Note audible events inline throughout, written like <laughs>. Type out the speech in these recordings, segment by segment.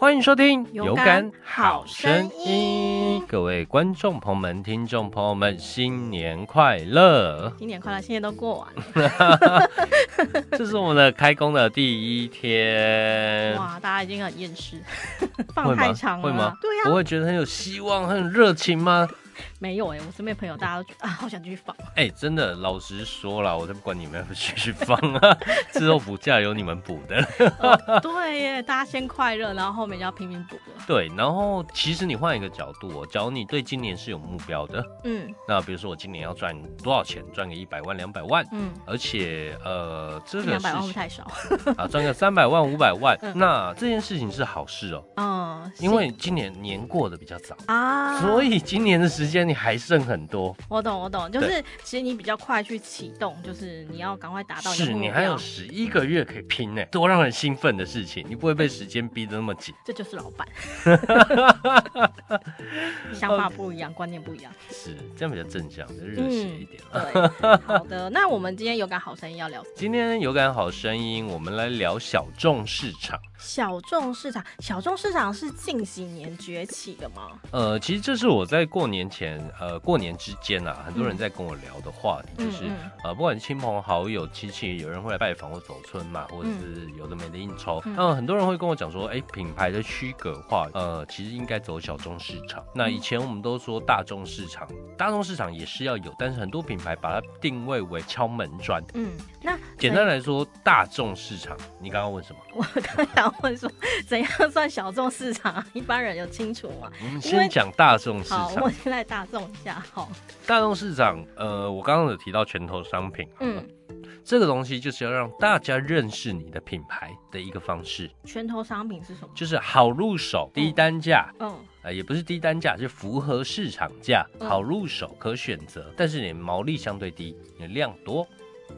欢迎收听《有感好声音》，各位观众朋友们、听众朋友们，新年快 <laughs> 乐！新年快乐，新年都过完了，这是我们的开工的第一天，哇，大家已经很厌 <laughs> 世，嗯会吗放太长了，会吗对啊不呀、会觉得很有希望、很有热情 <laughs> 吗？没有哎、我身边朋友大家都觉得啊， <laughs> 好想继续 <laughs> 放，哎、真的，老实说了，我才不管你们要不要继续放啊， <laughs> 之后补假由你们补的。 <laughs> 哦对耶，大家先快乐，然后后面就要拼命补了，对，然后其实你换一个角度、哦，假如你对今年是有目标的，嗯那比如说我今年要赚多少钱，赚个一百万、两百万。嗯，而且，呃，这个两事百万会不情会太少，啊，赚个三百万、五百万，嗯那这件事情是好事哦，嗯，因为今年年过得比较早，啊，所以今年的时间你还剩很多，我懂我懂，就是其实你比较快去启动，就是你要赶快达到你是的目你标，还有十一个月可以拼呢，多让人兴奋的事情，你不会被时间逼得那么紧。这就是老 <laughs> 板，想法不一样，观念不一样。是，这样比较正向，比较热血嗯一点啊了。 <laughs> 对，好的，那我们今天有感好声音要聊今天有感好声音，我们来聊小众市场。小众市场，小众市场是近几年崛起的吗？呃，其实这是我在过年前，呃，过年之间啊，很多人在跟我聊的话题，就是、嗯嗯呃，不管亲朋好友、亲戚，有人会来拜访或走村嘛，或者是有的没的应酬，嗯那、很多人会跟我讲说，哎、品牌的区隔化，呃，其实应该走小众市场。那嗯以前我们都说大众市场，大众市场也是要有，但是很多品牌把它定位为敲门砖。嗯，那简单来说，大众市场，你刚刚问什么？怎， <laughs> 我想问说，怎样算小众市场啊？一般人有清楚吗？我们因为嗯先讲大众市好，场我。先来大众一下，好，大众市场，呃，我刚刚有提到拳头商品，嗯嗯，这个东西就是要让大家认识你的品牌的一个方式，拳头商品是什么？就是好入手、低单价，嗯，呃，也不是低单价，是符合市场价，嗯好入手可选择，但是你毛利相对低，你量多，嗯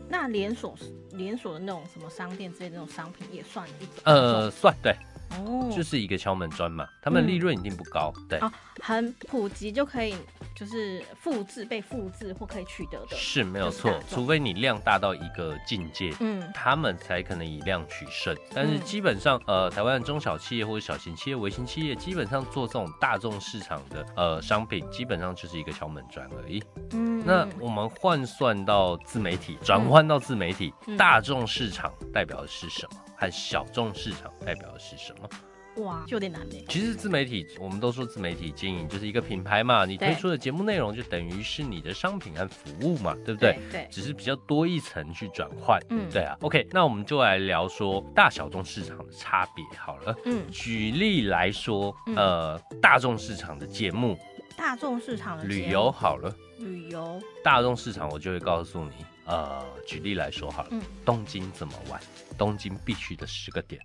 那连锁连锁的那种什么商店之类的那种商品也算一种呃，算对，哦，就是是一个敲门砖嘛，他们嗯利润一定不高，对，哦很普及就可以，就是复制被复制或可以取得的，是没有就是错大，众除非你量大到一个境界，嗯他们才可能以量取胜。但是嗯基本上，呃，台湾的中小企业或者小型企业、微型企业，基本上做这种大众市场的呃商品，基本上就是一个敲门砖而已。嗯，那我们换算到自媒体，转换到自媒体，嗯大众市场代表的是什么？和小众市场代表的是什么？哇，就有点难嘞，其实自媒体，我们都说自媒体经营就是一个品牌嘛，你推对出的节目内容就等于是你的商品和服务嘛，对不对？对，只是比较多一层去转换，嗯对啊。OK，那我们就来聊说大小众市场的差别好了。嗯，举例来说，嗯呃，大众市场的节目大众市场的旅节游目好了，旅游大众市场我就会告诉你，呃，举例来说好了，嗯东京怎么玩，东京必去的十个点，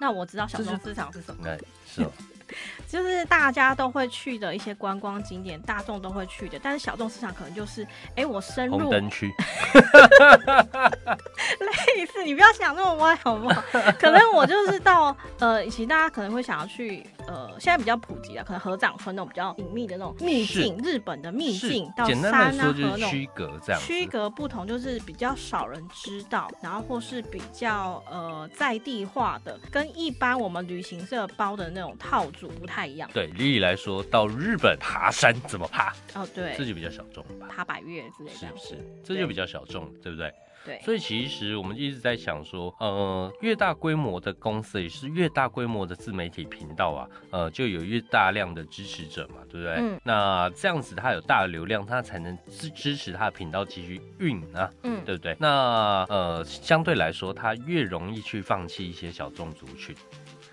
那我知道小这众是市场是什么，那 <laughs> 是哦就是大家都会去的一些观光景点，大众都会去的，但是小众市场可能就是，哎、我深红入 <laughs> 灯区，类似，你不要想那么歪好不 <laughs> 好？可能我就是到呃，以前大家可能会想要去呃，现在比较普及了，可能合掌村那种比较隐秘的那种秘是境，日本的秘是境，到简单山来啊说河就是那种。区隔这样子，区隔不同，就是比较少人知道，然后或是比较呃在地化的，跟一般我们旅行社包的那种套组不太一样。对，例如来说，到日本爬山怎么爬，哦，这对，就比较小众了吧？爬百越之类是的不，是？这就比较小众，对不对？对，所以其实我们一直在想说，呃，越大规模的公司，也是越大规模的自媒体频道啊，呃，就有越大量的支持者嘛，对不对？嗯那这样子，它有大的流量，它才能支支持它的频道继续运啊，嗯，对不对？那呃，相对来说，它越容易去放弃一些小众族群。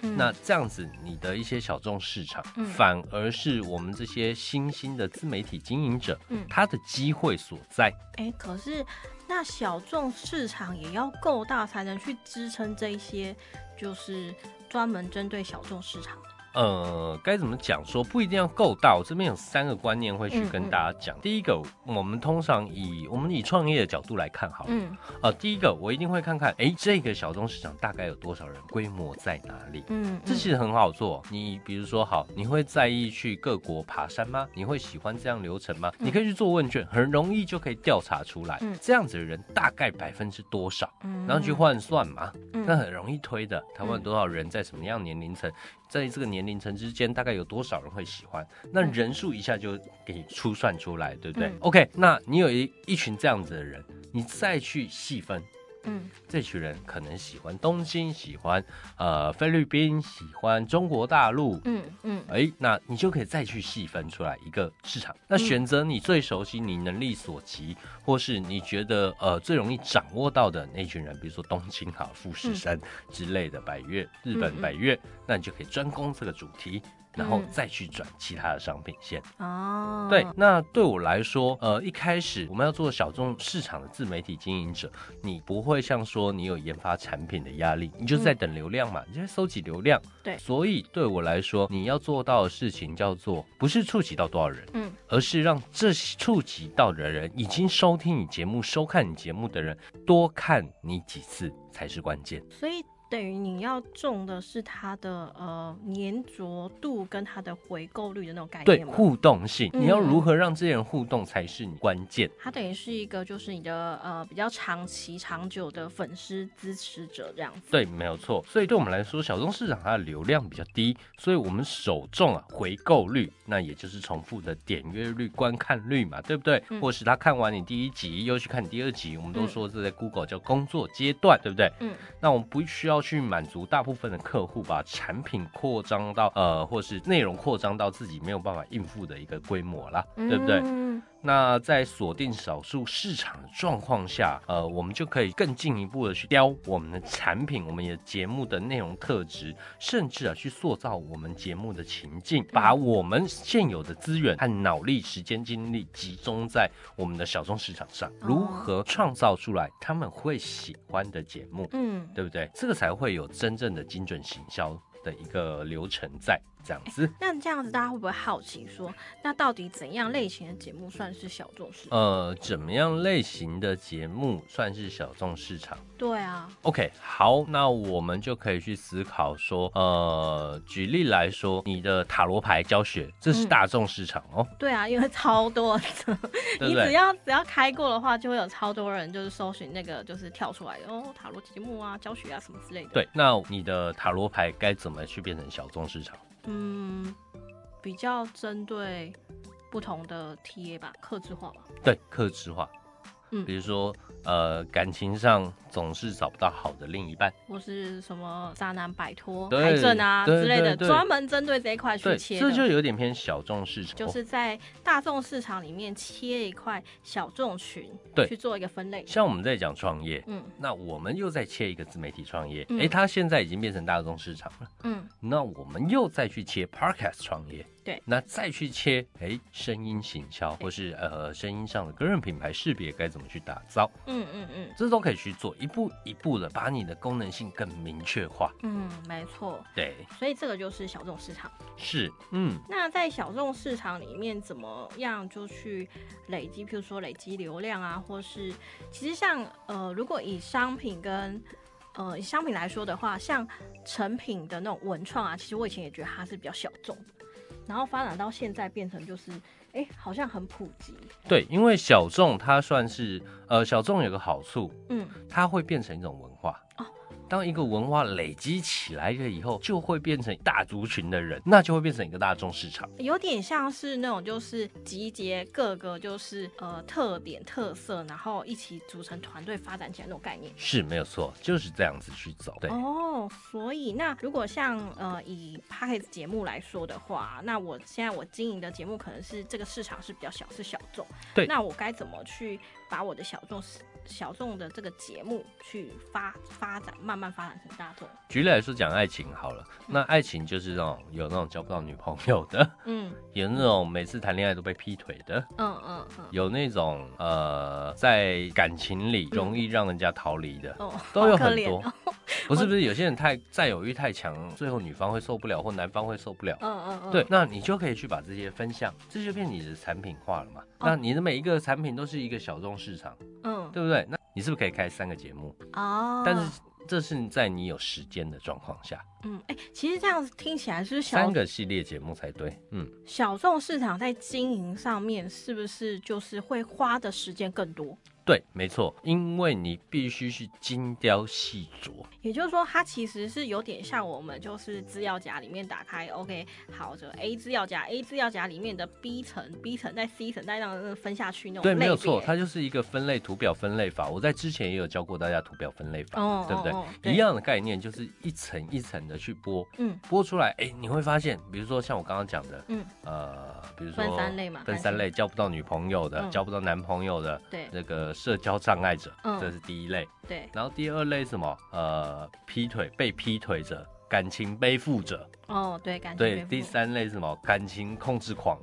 嗯那这样子，你的一些小众市场，嗯反而是我们这些新兴的自媒体经营者，嗯他的机会所在。哎，可是那小众市场也要够大，才能去支撑这一些，就是专门针对小众市场的。呃，该怎么讲说不一定要够大，我这边有三个观念会去嗯跟嗯大家讲。第一个，我们通常以我们以创业的角度来看好了，嗯呃，第一个我一定会看看，诶，这个小众市场大概有多少人，规模在哪里。嗯，这其实很好做。你比如说，好，你会在意去各国爬山吗？你会喜欢这样流程吗？你可以去做问卷，很容易就可以调查出来嗯，这样子的人大概百分之多少，嗯然后去换算嘛。嗯那很容易推的。台湾有多少人在什么样年龄层，在这个年龄层之间，大概有多少人会喜欢？那嗯人数一下就给你粗算出来，对不对嗯？OK，那你有一一群这样子的人，你再去细分。嗯这群人可能喜欢东京，喜欢呃菲律宾，喜欢中国大陆，嗯嗯哎，那你就可以再去细分出来一个市场。嗯那选择你最熟悉、你能力所及，或是你觉得呃最容易掌握到的那群人，比如说东京哈、富士山之类的百越、日嗯本嗯百越，那你就可以专攻这个主题。然后嗯再去转其他的商品线。哦，对，那对我来说，呃，一开始我们要做小众市场的自媒体经营者，你不会像说你有研发产品的压力，你就是在等流量嘛，你就在搜集流量。嗯对所以对我来说，你要做到的事情叫做不是触及到多少人，嗯，而是让这些触及到的人，已经收听你节目、收看你节目的人，多看你几次才是关键。所以等于你要重的是它的呃粘着度跟它的回购率的那种概对，念吗？互动性，你要嗯如何让这些人互动才是你关键。它等于是一个就是你的呃比较长期长久的粉丝支持者这样子。对，没有错。所以对我们来说，小众市场它的流量比较低，所以我们首重啊回购率，那也就是重复的点阅率、观看率嘛，对不对？嗯或是他看完你第一集，又去看你第二集，我们都嗯说这在 Google 叫工作阶段，对不对？嗯那我们不需要去满足大部分的客户，把产品扩张到呃，或是内容扩张到自己没有办法应付的一个规模啦，对不对？嗯那在锁定少数市场的状况下，呃，我们就可以更进一步的去雕我们的产品、我们的节目的内容特质，甚至啊去塑造我们节目的情境，把我们现有的资源和脑力、时间、精力集中在我们的小众市场上，如何创造出来他们会喜欢的节目，嗯，对不对？这个才会有真正的精准行销的一个流程在这样子。那这样子大家会不会好奇说，那到底怎样类型的节目算是小众市场？呃，怎么样类型的节目算是小众市场？对啊， OK，好，那我们就可以去思考说，呃，举例来说，你的塔罗牌教学，这是嗯大众市场 <laughs> 哦，对啊，因为超多的，对 <laughs> 你不只对？要只要开过的话，就会有超多人就是搜寻那个就是跳出来的哦塔罗节目啊、教学啊什么之类的。对，那你的塔罗牌该怎么去变成小众市场？嗯，比较针对不同的 TA 吧，克制化吧。对，克制化，嗯比如说，呃，感情上总是找不到好的另一半，或是什么渣男摆脱、对癌症啊对之类的，对对专门针对这一块去对，切这的。就有点偏小众市场，哦就是在大众市场里面切一块小众群，对去做一个分类。像我们在讲创业。嗯那我们又再切一个自媒体创业，嗯诶，它现在已经变成大众市场了。嗯那我们又再去切 podcast 创业，对，那再去切哎声音行销，或是呃声音上的个人品牌识别该怎么去打造，嗯嗯嗯这都可以去做，一步一步的把你的功能性更明确化。嗯，没错。对，所以这个就是小众市场。是，嗯，那在小众市场里面，怎么样就去累积，譬如说累积流量啊，或是其实像呃，如果以商品跟呃以商品来说的话，像成品的那种文创啊，其实我以前也觉得它是比较小众的，然后发展到现在变成就是，哎、好像很普及，对，因为小众它算是呃小众有个好处，嗯，它会变成一种文化。哦当一个文化累积起来了以后，就会变成大族群的人，那就会变成一个大众市场。有点像是那种就是集结各个就是呃特点特色，然后一起组成团队发展起来那种概念。是没有错，就是这样子去走。对，哦，所以那如果像呃以 p a c k a g e 节目来说的话，那我现在我经营的节目可能是这个市场是比较小，是小众。对那我该怎么去把我的小众市小众的这个节目去发发展，慢慢发展成大众？举例来说，讲爱情好了，那爱情就是那种有那种交不到女朋友的， <laughs> 嗯有那种每次谈恋爱都被劈腿的，嗯嗯嗯，有那种呃在感情里容易让人家逃离的，哦，都有好可很怜多哦。不是不是，有些人太占有欲太强，最后女方会受不了或男方会受不了。嗯嗯嗯，对，，那你就可以去把这些分项，这就变你的产品化了嘛。那哦你的每一个产品都是一个小众市场，嗯对不对？那你是不是可以开三个节目？哦，但是这是在你有时间的状况下。嗯，哎、其实这样子听起来，就是哦小三个系列节目才对。嗯，小众市场在经营上面，是不是就是会花的时间更多？对，没错，因为你必须去精雕细琢。也就是说，它其实是有点像我们就是资料夹里面打开，OK，好的 A 资料夹，A 资料夹里面的 B 层，B 层在 C 层再让分下去那种对，没有类别错，它就是一个分类图表分类法。我在之前也有教过大家图表分类法，哦对不对？哦哦一样的概念就是一层一层的去剥，嗯，剥出来，哎，你会发现，比如说像我刚刚讲的，嗯，呃，比如说分三类嘛，分三类，交不到女朋友的，嗯交不到男朋友的，对那个社交障碍者，嗯这是第一类。对，然后第二类是什么？呃，劈腿被劈腿者。感情背负者，哦对，感情对，恢复第三类是什么？感情控制狂。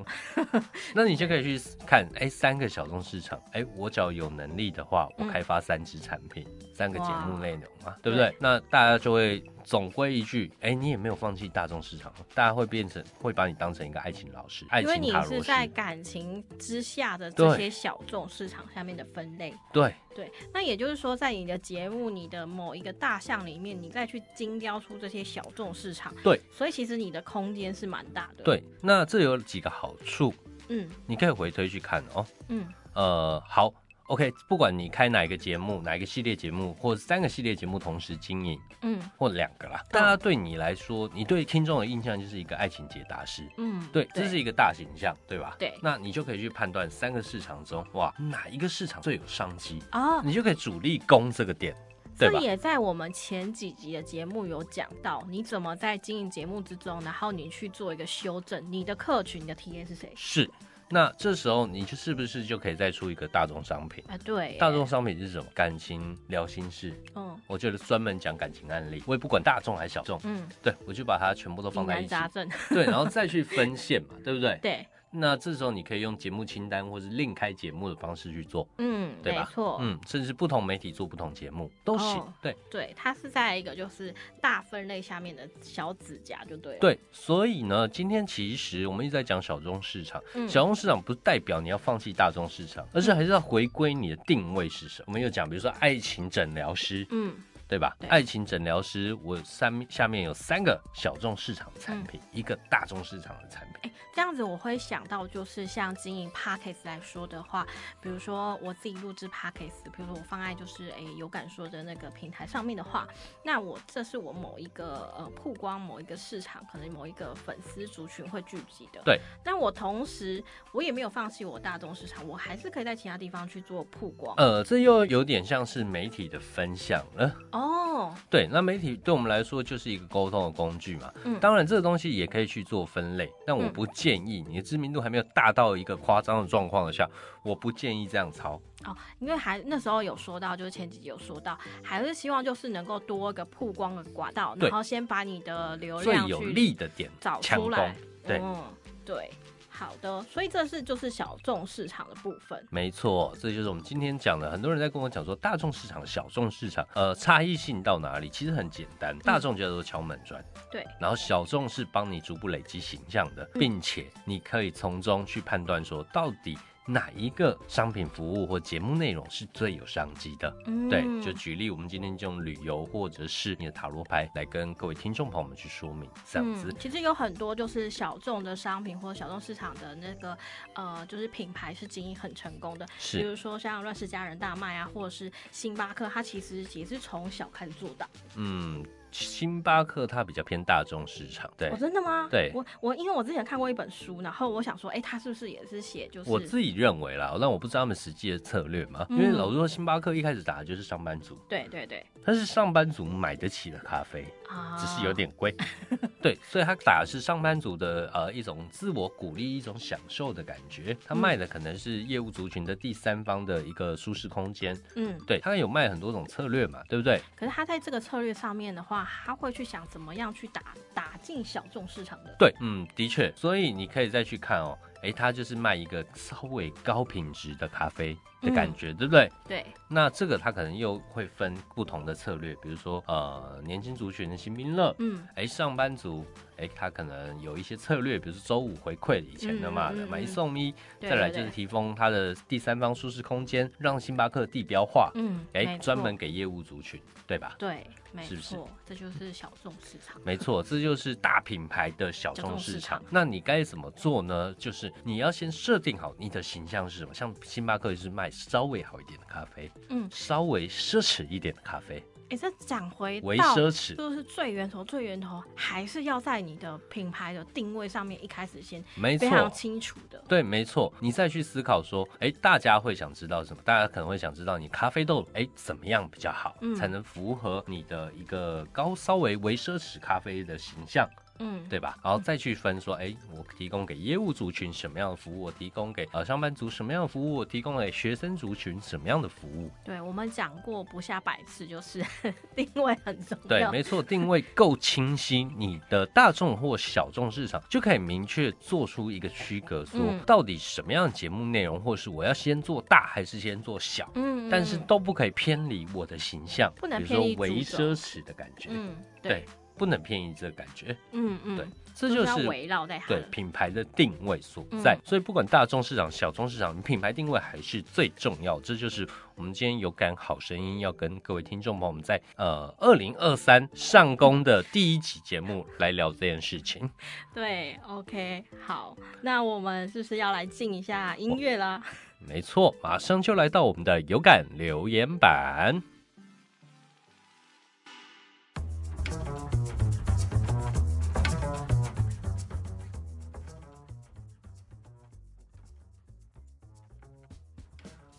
<laughs> 那你就可以去看，哎，三个小众市场，哎，我只要有能力的话，我嗯开发三支产品，三个节目哇内容嘛，对不对？那大家就会总归一句，哎，你也没有放弃大众市场，大家会变成会把你当成一个爱情老师，爱因为情你塔是罗师，在感情之下的这对些小众市场下面的分类，对，对，那也就是说，在你的节目、你的某一个大项里面，你再去精雕出这些小众市场，对，所以其实你的空间是蛮大的，，对，那这有几个好处，嗯你可以回推去看哦。嗯呃，好，OK，不管你开哪一个节目、哪一个系列节目，或三个系列节目同时经营，嗯或两个啦，大家对你来说，你对听众的印象就是一个爱情解答师。嗯，对，这是一个大形象，对吧？对那你就可以去判断三个市场中，哇，哪一个市场最有商机，哦，你就可以主力攻这个点，嗯对这吧？也在我们前几集的节目有讲到，你怎么在经营节目之中，然后你去做一个修正，你的客群、你的体验是谁？是。那这时候你就是不是就可以再出一个大众商品？啊，对耶，大众商品是什么？感情聊心事，嗯我觉得专门讲感情案例，我也不管大众还是小众，嗯，对我就把它全部都疑放在一难起，杂症， <laughs> 对，然后再去分线嘛，对不对？对，那这时候你可以用节目清单或是另开节目的方式去做，嗯，对没吧错，嗯，甚至不同媒体做不同节目都行，哦对对，它是在一个就是大分类下面的小指甲，就对了，对。所以呢，今天其实我们一直在讲小众市场，嗯小众市场不代表你要放弃大众市场，而是还是要回归你的定位是什么。我们又讲，比如说爱情诊疗师，嗯。对吧？对爱情诊疗师，我三下面有三个小众市场的产嗯品，一个大众市场的产品。这样子我会想到，就是像经营 podcast 来说的话，比如说我自己录制 podcast，比如说我放在就是诶、有感说的那个平台上面的话，那我这是我某一个呃曝光某一个市场，可能某一个粉丝族群会聚集的。对。但我同时我也没有放弃我大众市场，我还是可以在其他地方去做曝光。呃，这又有点像是媒体的分享了。哦，对，那媒体对我们来说就是一个沟通的工具嘛。嗯当然这个东西也可以去做分类，但我不建议你的知名度还没有大到一个夸张的状况下，我不建议这样操。哦，因为还那时候有说到，就是前几集有说到，还是希望就是能够多一个曝光的管道，对然后先把你的流最量有去利的点找强出攻来，。对嗯，对，好的，所以这是就是小众市场的部分。没错，这就是我们今天讲的。很多人在跟我讲说，大众市场、小众市场，呃，差异性到哪里？其实很简单，大众叫做敲门砖，嗯对，嗯然后小众是帮你逐步累积形象的，并且你可以从中去判断说，到底哪一个商品、服务或节目内容是最有商机的。嗯对，就举例，我们今天就用旅游或者是你的塔罗牌来跟各位听众朋友们去说明，这样子。嗯。其实有很多就是小众的商品或小众市场的那个呃，就是品牌是经营很成功的，比是，如说像乱世佳人大卖啊，或者是星巴克，它其实也是从小开始做到。嗯，星巴克它比较偏大众市场，对哦，。真的吗？对我我因为我之前看过一本书，然后我想说，哎、他是不是也是写哦就是我自己认为啦，但我不知道他们实际的策略嘛，因为嗯老实说，星巴克一开始打的就是上班族，对对对但是上班族买得起的咖啡，啊，只是有点贵， <laughs> 对，所以他打的是上班族的呃一种自我鼓励、一种享受的感觉。嗯他卖的可能是业务族群的第三方的一个舒适空间，嗯。对他有卖很多种策略嘛，对不对？可是他在这个策略上面的话，他会去想怎么样去打打进小众市场的。对，嗯，的确，所以你可以再去看哦，诶，他就是卖一个稍微高品质的咖啡，的感嗯觉，对不对？对，那这个它可能又会分不同的策略，比如说呃年轻族群的新兵乐，嗯，哎上班族，哎他可能有一些策略，比如说周五回馈以前的嘛，嗯嗯嗯嗯买一送一，对再来就对是对提供它的第三方舒适空间，让星巴克地标化，嗯，哎没专错门给业务族群，对吧？对，没是不嗯是错，这就是小众市场。没错，这就是大品牌的小众市场。那你该怎么做呢？就是你要先设定好你的形象是什么。像星巴克就是卖稍微好一点的咖啡，嗯，稍微奢侈一点的咖啡，哎，这讲回为到奢侈。就是最源头，最源头还是要在你的品牌的定位上面一开始先没非常错，清楚的。对，没错。你再去思考说，哎，大家会想知道什么？大家可能会想知道你咖啡豆，哎，怎么样比较好，嗯才能符合你的一个高稍微为奢侈咖啡的形象。嗯，对吧？然后再去分说，哎，我提供给业务族群什么样的服务？我提供给呃上班族什么样的服务？我提供给学生族群什么样的服务？对，我们讲过不下百次，就是 <laughs> 定位很重要。对，没错，定位够清晰，你的大众或小众市场就可以明确做出一个区隔，说嗯到底什么样的节目内容，或是我要先做大还是先做小，嗯，嗯，但是嗯都不可以偏离我的形象，不能比如说偏离为主奢侈的感觉，嗯，对对，，不能偏离这个感觉，嗯嗯，对，，这就就是要是围绕在它对的品牌的定位所在。嗯所以不管大众市场、小众市场，你品牌定位还是最重要。这就是我们今天有感好声音要跟各位听众朋友们在呃二零二三上工的第一集节目来聊这件事情。对，OK，好，那我们是不是要来进一下音乐啦？没错，马上就来到我们的有感留言板。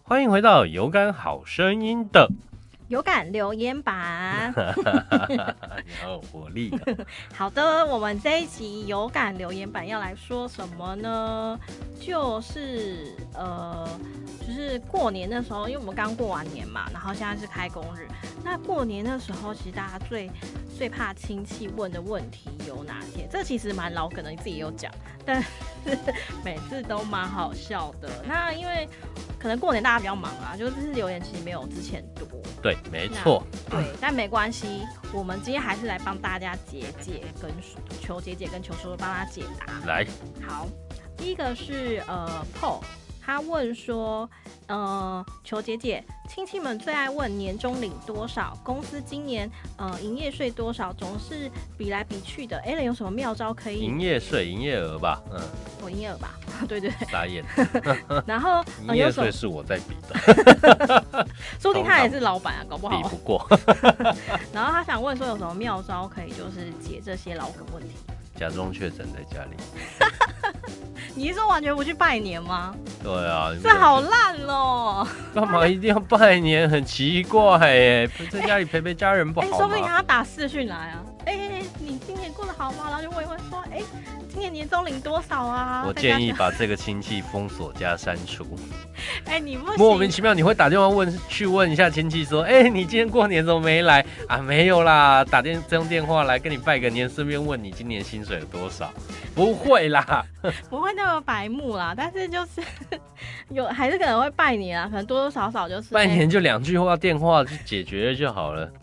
欢迎回到《有感好声音》的，有感留言板。你好有活哎力哦、 <laughs> 好的，我们这一集有感留言板要来说什么呢？就是呃，就是过年的时候，因为我们刚过完年嘛，然后现在是开工日。那过年的时候，其实大家最最怕亲戚问的问题有哪些？这其实蛮老梗的，你自己也有讲，但是 <laughs> 每次都蛮好笑的。那因为可能过年大家比较忙啊，就是留言其实没有之前多。对，没错，对，嗯但没关系，我们今天还是来帮大家解解跟求解解跟求叔帮他解答。来，好，第一个是呃 Paul，他问说，呃，求解解，亲戚们最爱问年终领多少，公司今年呃营业税多少，总是比来比去的。Allen 有什么妙招可以？营业税、营业额吧，嗯，我营业 <laughs> 额吧，对对对。傻眼，然后营呃业有什税？么是我在比的，说不定他也是老板啊，搞不比好。不过。然后他想问说，有什么妙招可以就是解这些老梗问题？假装确诊在家里，你是说完全不去拜年吗？对啊，你不这能好烂哦！干嘛一定要拜年？很奇怪 <laughs> 耶，不在家里陪陪家人不哎、好说不定吗？他打视讯来啊。哎、哎哎你今年过得好吗？然后就问一问说，哎、今年年终领多少啊？我在家建议想，把这个亲戚封锁加删除。哎、你不行，莫名其妙，你会打电话问去问一下亲戚说：“哎、你今天过年怎么没来啊？”没有啦，打电这通电话来跟你拜个年，顺便问你今年薪水有多少？不会啦，不会那么白目啦，但是就是 <laughs> 有还是可能会拜年啊，可能多多少少就是拜年就两句话电话就解决了就好了。哎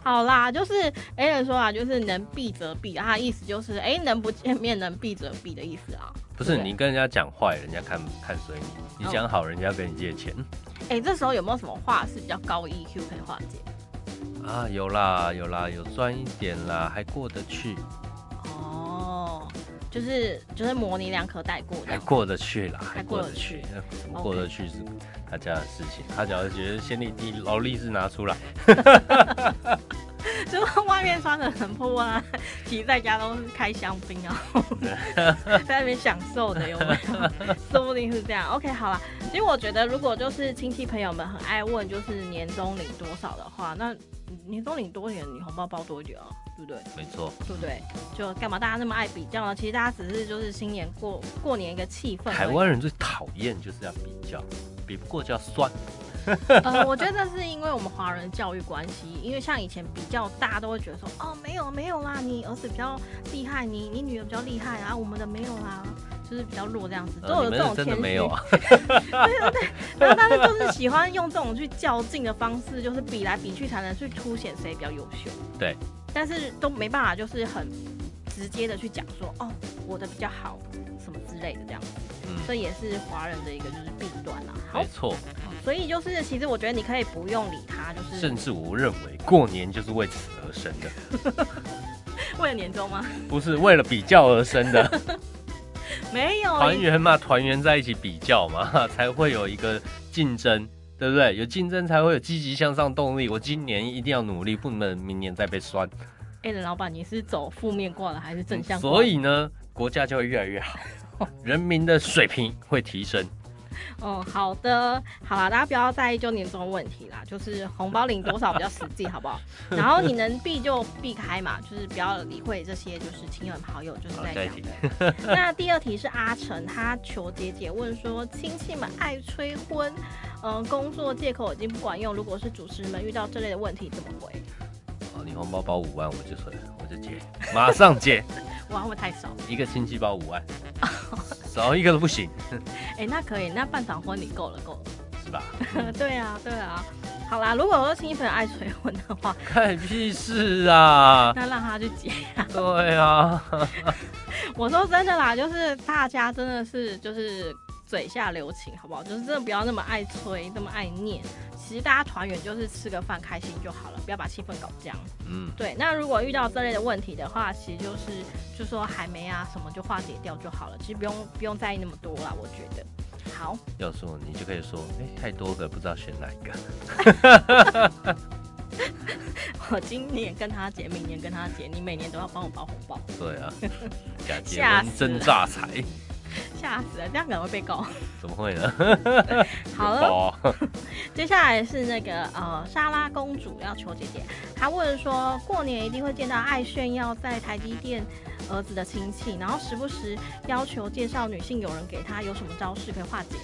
好啦，就是 A 人说啊，就是能避则避，他的意思就是哎、能不见面能避则避的意思啊。不是对你跟人家讲坏，人家看看随你；你讲好，人家跟你借钱。哎、这时候有没有什么话是比较高 EQ 可以化解？啊，有啦有啦，有赚一点啦，还过得去，哎哦，就是就是模棱两可带过这还样。哎过得去啦，还还过过得得去去，那怎么过得去是他家的事情，他只要觉得先力低，劳力士拿出来，就是外面穿的很破啊，其实在家都是开香槟啊， <laughs> 在那边享受的有没有？说不定是这样。OK，好了，其实我觉得如果就是亲戚朋友们很爱问就是年终领多少的话，那年终领多一点，你红包包多一点啊，对不对？没错，对不对？就干嘛大家那么爱比较呢？其实大家只是就是新年过过年一个气氛而已。台湾人最讨厌就是要比较，比不过就要酸，呃，我觉得是因为我们华人教育关系，因为像以前比较大都会觉得说，哦，没有没有啦，你儿子比较厉害，你你女儿比较厉害啊，我们的没有啦，就是比较弱这样子，都呃有你这们是种真谦的虚。没有啊？然后他们就是喜欢用这种去较劲的方式，就是比来比去才能去凸显谁比较优秀。对，但是都没办法，就是很直接的去讲说，哦，我的比较好，什么之类的这样子。嗯，这也是华人的一个就是弊端啊。好没，错。所以就是其实我觉得你可以不用理他，就是甚至我认为过年就是为此而生的，为了年终 <laughs> 吗？不是为了比较而生 <laughs> 的。没有，团圆嘛，团圆在一起比较嘛， <laughs> 才会有一个竞争，对不对？有竞争才会有积极向上动力。我今年一定要努力，不能明年再被酸。哎，冷老板，你是走负面挂的还是正向挂的？嗯所以呢，国家就会越来越好， <laughs> 人民的水平会提升。哦，好的，好啦，大家不要在意就年终问题啦，就是红包领多少比较实际，好 <laughs> 不好？然后你能避就避开嘛，就是不要理会这些，就是亲友好友就是好，在下一讲题。 <laughs> 那第二题是阿成，他求姐姐问说，亲戚们爱催婚，嗯、工作借口已经不管用，如果是主持人们遇到这类的问题怎么回？哦，你红包包五万，我就说我就接，马上接，哇，会不会太少？ <laughs> 一个亲戚包五 <laughs> 万，少一个都不行，哎、那可以，那办场婚礼够了，够了。是吧？ <laughs> <laughs> 对啊，对啊。好啦，如果说亲戚朋友爱催婚的话，看屁事 <laughs> 啊！那让他去结对啊，我说真的啦，就是大家真的是就是嘴下留情，好不好？就是真的不要那么爱催，那么爱念。其实大家团圆就是吃个饭开心就好了，不要把气氛搞僵。嗯，对，那如果遇到这类的问题的话，其实就是就说还没啊什么就化解掉就好了，其实不用不用在意那么多啦，我觉得。好， <laughs> 要说你就可以说，哎、太多个不知道选哪一个。 <laughs> 我今年跟他结，明年跟他结，你每年都要帮我包红包，对 <laughs> 啊，假结吓婚死真了榨财，吓死了，这样可能会被告。怎么会呢？好了，包啊接下来是那个呃，莎拉公主要求姐姐，她问说过年一定会见到爱炫耀在台积电儿子的亲戚，然后时不时要求介绍女性友人给他，有什么招式可以化解？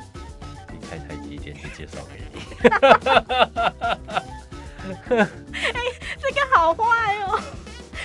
<laughs> 你开台积电就介绍给你，这个哎好坏哦，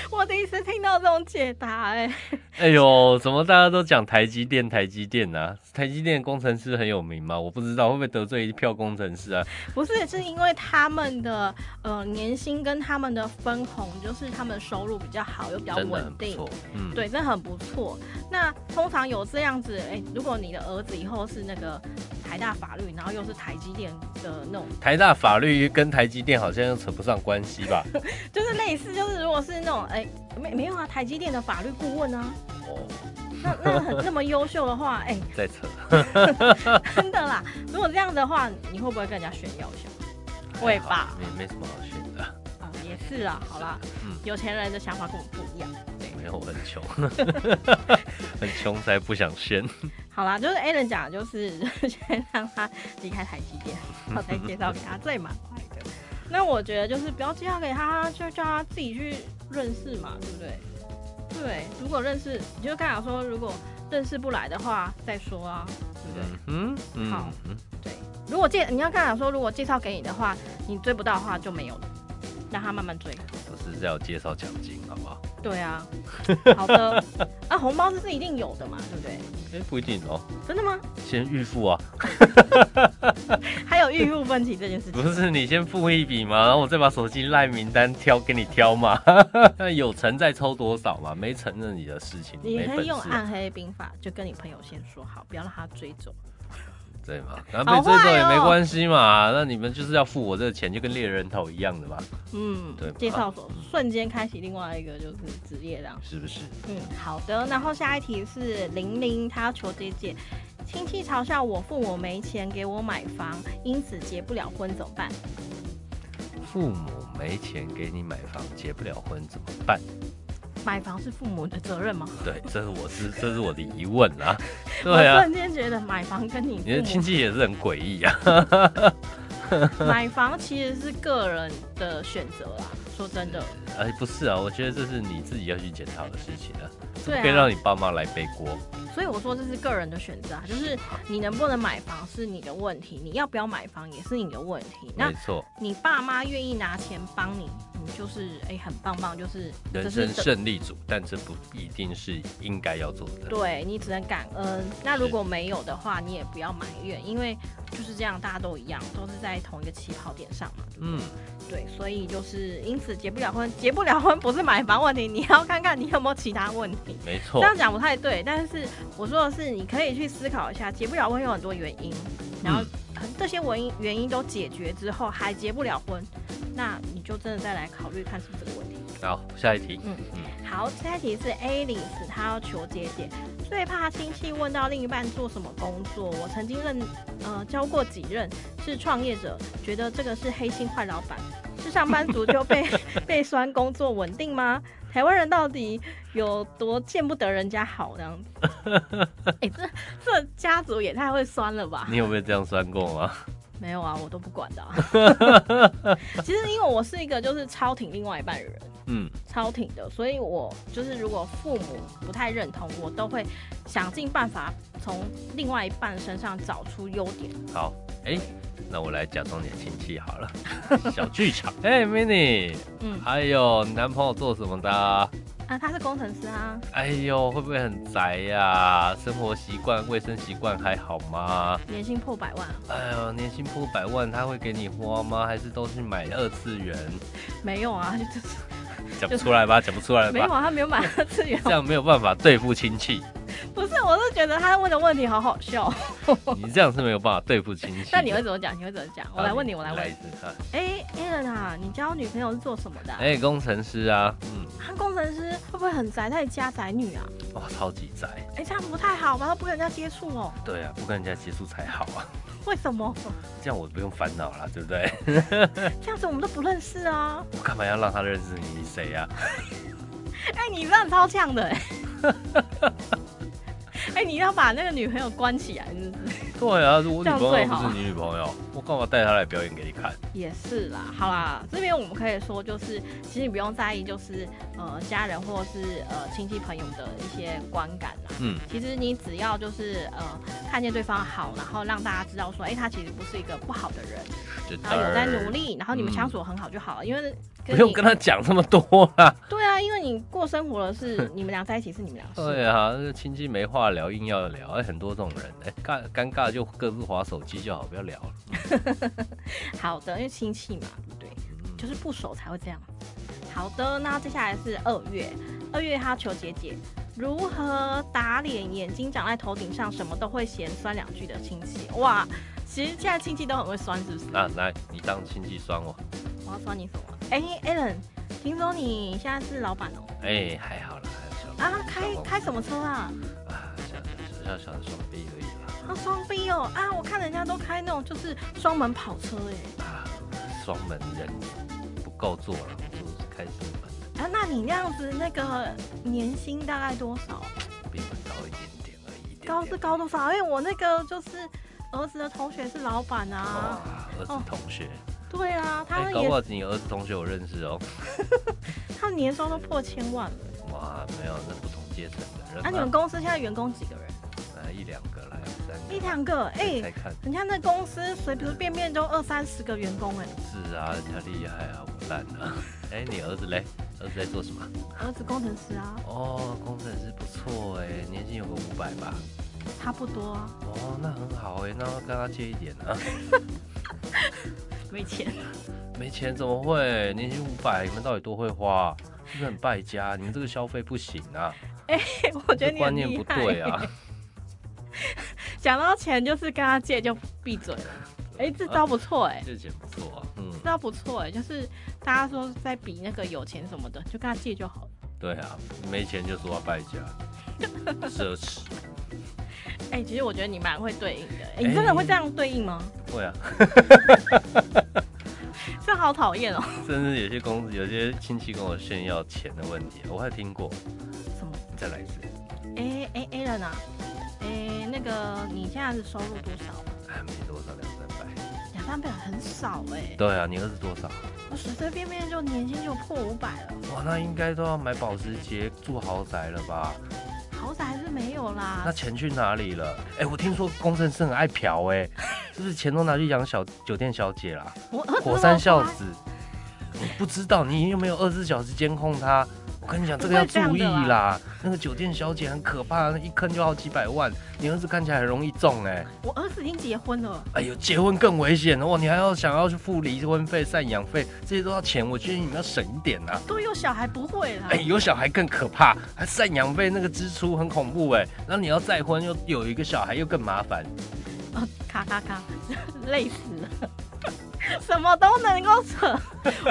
我第一次听到这种解答哎、 <laughs> 哎呦，怎么大家都讲台积电？台积电啊，台积电工程师很有名吗？我不知道会不会得罪一票工程师啊？不是，是因为他们的呃年薪跟他们的分红，就是他们收入比较好，又比较真的稳很不定，错，嗯，对，真的很不错。那通常有这样子，哎、如果你的儿子以后是那个台大法律，然后又是台积电的那种，台大法律跟台积电好像又扯不上关系吧？就是类似，就是如果是那种，哎、没没有啊，台积电的法律顾问啊，哦，那那很那么优秀的话，哎、再扯，真的啦，如果这样的话，你会不会跟人家炫耀一下？会吧哎还好没没什么好选的，哦，也是啦，好啦，嗯有钱人的想法跟我们不一样。没有我很穷， <laughs> 很穷才不想选。好啦，就是 Alan 讲，的就是 <laughs> 先让他离开台积电，然后再介绍给他，这也蛮快的。那我觉得就是不要介绍给他，就叫他自己去认识嘛，对不对？对，如果认识，你就跟他讲说，如果认识不来的话再说啊，对不对？嗯嗯好嗯，对，如果介你要跟他讲说，如果介绍给你的话，你追不到的话就没有了，让他慢慢追。不是要介绍奖金好不好？对啊，好的，啊，红包这是一定有的嘛，对不对？哎、不一定哦，真的吗？先预付啊，还有预付分歧这件事情。不是你先付一笔嘛，然后我再把手机赖名单挑给你挑嘛， <laughs> 那有成再抽多少嘛，没成那你的事情，你没可本以用啊事，暗黑兵法，就跟你朋友先说好，不要让他追踪。对嘛？然后好被追走也坏没哦关系嘛，那你们就是要付我这个钱，就跟猎人头一样的嘛，嗯对吧，介绍所瞬间开启另外一个就是职业这样。是不是？嗯，好的。然后下一题是玲玲，她要求姐姐，亲戚嘲笑我父母没钱给我买房，因此结不了婚，怎么办？父母没钱给你买房，结不了婚怎么办？买房是父母的责任吗？对，这是我是这是我的疑问 <laughs> 啊。对我啊，瞬间觉得买房 <laughs> 跟你你的父亲母戚也是很诡异啊。买房其实是个人的选择啦。说真的，嗯哎，不是啊，我觉得这是你自己要去检讨的事情啊，对可以让啊，你爸妈来背锅。所所以我说这是个人的选择啊，就是你能不能买房是你的问题，你要不要买房也是你的问题。那没错，你爸妈愿意拿钱帮你，你就是哎、很棒棒，就是人这生是胜利组，但这不一定是应该要做的。对你只能感恩。那如是果没有的话，你也不要埋怨，因为就是这样，大家都一样，都是在同一个起跑点上嘛。嗯，对，所以就是因此结不了婚，结不了婚不是买房问题，你要看看你有没有其他问题。没错这，样讲不太对，但是我说的是，你可以去思考一下，结不了婚有很多原因，然后、这些原因原因都解决之后还结不了婚，那你就真的再来考虑看是不是这个问题。好，下一题。嗯好，下一题是 Alice，她要求姐姐，最怕亲戚问到另一半做什么工作。我曾经认呃教过几任是创业者，觉得这个是黑心坏老板，是上班族就被被酸工作稳定吗？台湾人到底有多见不得人家好这样子？哎、这这家族也太会酸了吧！你有被这样酸过吗？没有啊，我都不管的、啊。啊其实因为我是一个就是超挺另外一半的人。嗯，超挺的，所以我就是如果父母不太认同，我都会想尽办法从另外一半身上找出优点。好，哎、那我来假装你的亲戚好了，小剧场。哎、m i n i 嗯，哎呦，你男朋友做什么的啊？啊，他是工程师啊，哎呦，会不会很宅呀、生活习惯、卫生习惯还好吗？年薪破百万啊，哎呦，年薪破百万，他会给你花吗？还是都去买二次元？没有 <laughs> 啊，就是讲不出来吧？讲不出来没有吧？啊，他没有买二次 <laughs> 元这。样没有办法对付亲戚，不是，我是觉得他问的问题好好 <laughs> 笑。 <laughs> 你这样是没有办法对付亲戚的。那你会怎么讲？你会怎么讲？我来问你，我来来问一你。次啊！哎 a l a n 啊，你交女朋友是做什么的啊、哎、工程师啊，嗯，他工程师会不会很宅？他也家宅女啊？哇，超级宅。哎、这样不太好吧？他不跟人家接触哦？对啊，不跟人家接触才好啊， <laughs> 为什么？这样我不用烦恼啦，对不对？ <laughs> 这样子我们都不认识啊！我干嘛要让他认识你？你谁啊呀、哎、你真的超呛的、欸。 <laughs> 哎、你要把那个女朋友关起来，是不是？ <laughs> 对啊，我女这样朋友最又不好是你女朋友，我干嘛带她来表演给你看？也是啦，好啦，这边我们可以说，就是其实你不用在意，就是呃家人或是呃亲戚朋友的一些观感啦。嗯，其实你只要就是呃看见对方好，然后让大家知道说，哎、他其实不是一个不好的人，是然后有在努，力，然后你们嗯相处得很好就好了，因为不用你跟他讲这么多啦。对啊，因为你过生活 <laughs> 的是你们俩在一起 <laughs> 是你们俩的事，对啊，这亲戚没话聊，硬要聊，哎，很多这种人，哎，尴尴尬就各自划手机就好，不要聊了。好的，因为亲戚嘛，对不对？嗯就是不熟才会这样。好的，那接下来是二月，二月他求姐姐如何打脸眼睛长在头顶上，什么都会嫌酸两句的亲戚。哇，其实现在亲戚都很会酸，是不是？啊，来，你当亲戚酸我，我要酸你什么？哎、a l l e n 听说你现在是老板哦、哎，还好啦，还有小啊，开开什么么车啊？啊，小小小的双臂而已啦，啊，双 B 哦、啊，我看人家都开那种就是双门跑车哎、啊，双门人不够做了，我就是开四门，啊，那你那样子那个年薪大概多少？比我高一点点而已，一点点高是高多少？因为我那个就是儿子的同学是老板啊。哇，儿子哦同学，对啊，他哎，们搞也、不好你儿子同学我认识哦。他们年收都破千万了。啊哇，没有，那不同阶层的人。啊那、你们公司现在员工几个人？来一两个，来三个，一两个，哎、才看人家那公司随随便便都二三十个员工、哎是啊，人家厉害啊，我烂啊。 <laughs> 哎，你儿子嘞？儿子在做什么？哎，儿子工程师啊，哦，工程师不错哎，年薪有个五百吧。差不多啊，哦，那很好哎，那要跟他借一点啊。 <laughs> 没钱。 <laughs> 没钱怎么会？年薪五百，你们到底多会花、是不是很败家？你们这个消费不行啊，我觉这得你观很念厉不害、对啊。讲到钱就是跟他借就闭嘴了。 <laughs> <laughs> 哎、这啊招不错哎、这钱不错啊，嗯，这招不错哎、就是大家说在比那个有钱什么的，就跟他借就好了。对啊，没钱就说他败家， <laughs> 奢侈。哎、其实我觉得你蛮会对应的、哎，你真的会这样对应吗？会啊，这好讨厌哦！甚至有些公司有些亲戚跟我炫耀钱的问题，我还听过。什么？再来一次，哎哎哎了呢？哎、那个你现在是收入多少？哎，没多少，两三百。两三百很少哎、对啊，你儿子多少？我随随便便就年薪就破五百了，哇，那应该都要买保时捷、住豪宅了吧？好豪宅是没有啦那。钱去哪里了？哎、我听说公正是很爱嫖、 <laughs> 哎，是不是钱都拿去养小酒店小姐啦？我火山孝子，你不知道，你又没有二十四小时监控他。我跟你讲，这个要注意不会这样的啦。那个酒店小姐很可怕，那一坑就好几百万。你儿子看起来很容易中哎、我儿子已经结婚了，哎呦，结婚更危险哦！你还要想要去付离婚费、赡养费，这些都要钱。我建议你们要省一点呐、啊。都有小孩不会啦哎、。有小孩更可怕，还赡养费那个支出很恐怖哎、那你要再婚又有一个小孩又更麻烦。哦，咔咔咔， <laughs> 累死了，什么都能够扯。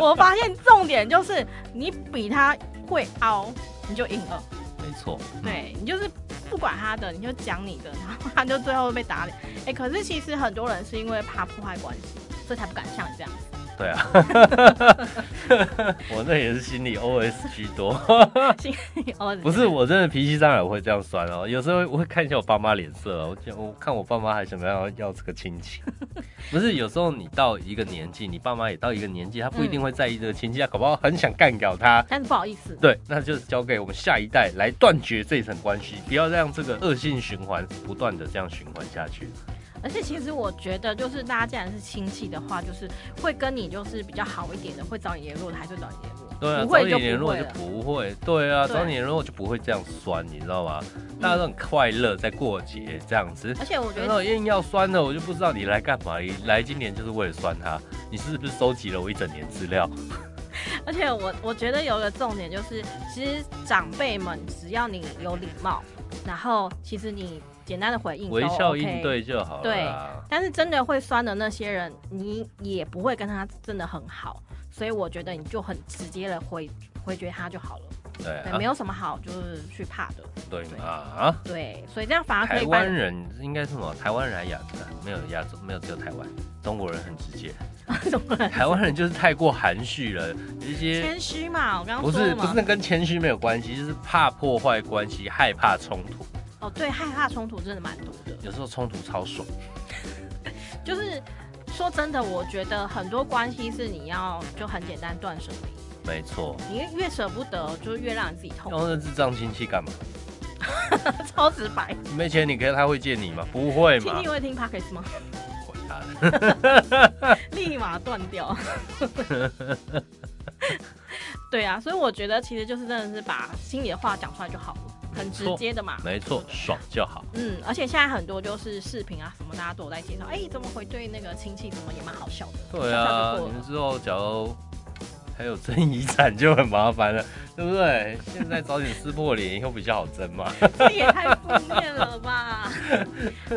我发现重点就是你比他会凹，你就赢了。没错，嗯对你就是不管他的，你就讲你的，然后他就最后被打脸。 <laughs> 哎、可是其实很多人是因为怕破坏关系，所以才不敢像 <laughs> 你这样。对啊，我那也是心里 OS 居多。 <laughs> 心里哦，不是，我真的脾气上来我会这样酸哦。有时候我会看一下我爸妈脸色哦，我觉我看我爸妈还想不要要这个亲 <laughs> 戚。不是，有时候你到一个年纪，你爸妈也到一个年纪，他不一定会在意这个亲戚，他啊搞不好很想干掉他。但是不好意思，对，那就交给我们下一代来断绝这一层关系，不要让这个恶性循环不断的这样循环下去。而且其实我觉得，就是大家既然是亲戚的话，就是会跟你就是比较好一点的，会找你联络的，还是会找你联络。对啊，不早会点就联不络会就了。不会。对啊，早对点联络就不会这样酸，你知道吗？大家都很快乐在过节这样子。而且我觉然得后硬要酸的，我就不知道你来干嘛。你来今年就是为了酸他，你是不是收集了我一整年资料？而且我我觉得有个重点就是，其实长辈们只要你有礼貌，然后其实你简单的回应都微笑 OK 应。对就好了啦。但是真的会酸的那些人，你也不会跟他真的很好，所以我觉得你就很直接的回回绝他就好了，对对，啊没，有什么好就是去怕的，对嘛啊。对，所以这样反而可台以把湾你人应该是什么？台湾人还亚洲没有亚洲没有只有台湾，中国人很直接。 <laughs> 中国人台湾人就是太过含蓄了，有一些谦虚嘛，我刚不刚说是了不嘛是，跟谦虚没有关系，就是怕破坏关系，害怕冲突。哦，对，害怕冲突真的蛮多的。有时候冲突超爽，就是说真的，我觉得很多关系是你要就很简单断舍离，没错。你越舍不得，就越让你自己痛 <laughs> 要，那智障亲戚干嘛？超直白。你没钱，你给他他会借你吗？不会亲嘛戚？会听 podcast 吗？我打的 <laughs> 立马断掉。 <laughs> 对啊，所以我觉得其实就是真的是把心里的话讲出来就好了，很直接的嘛。没错，爽就好。嗯，而且现在很多就是视频啊什么，大家都有在介绍，哎、怎么回对那个亲戚，怎么也蛮好笑 <laughs> 的。对笑笑啊，就过你们了。之后假如还有争遗产就很麻烦了， <laughs> 对不对？现在早点撕破脸，以后比较好争 <laughs> 嘛。这也太负面了 <laughs> 吧！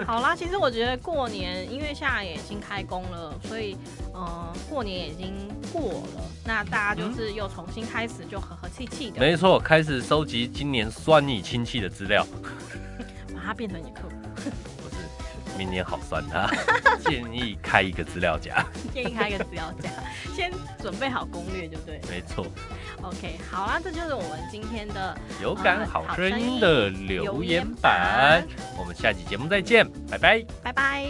好啦，其实我觉得过年，因为现在也已经开工了，所以嗯、呃过年也已经过了，那大嗯家就是又重新开始，就和和气气的，没错，开始收集今年酸你亲戚的资料，把它变成你的客户，不是明年好酸他， <laughs> 建议开一个资料夹。 <laughs> 建议开一个资料夹，先准备好攻略，对不对没错， ？OK，好啦，这就是我们今天的有感好声音的留言板，我们下期节目再见，拜拜。拜拜。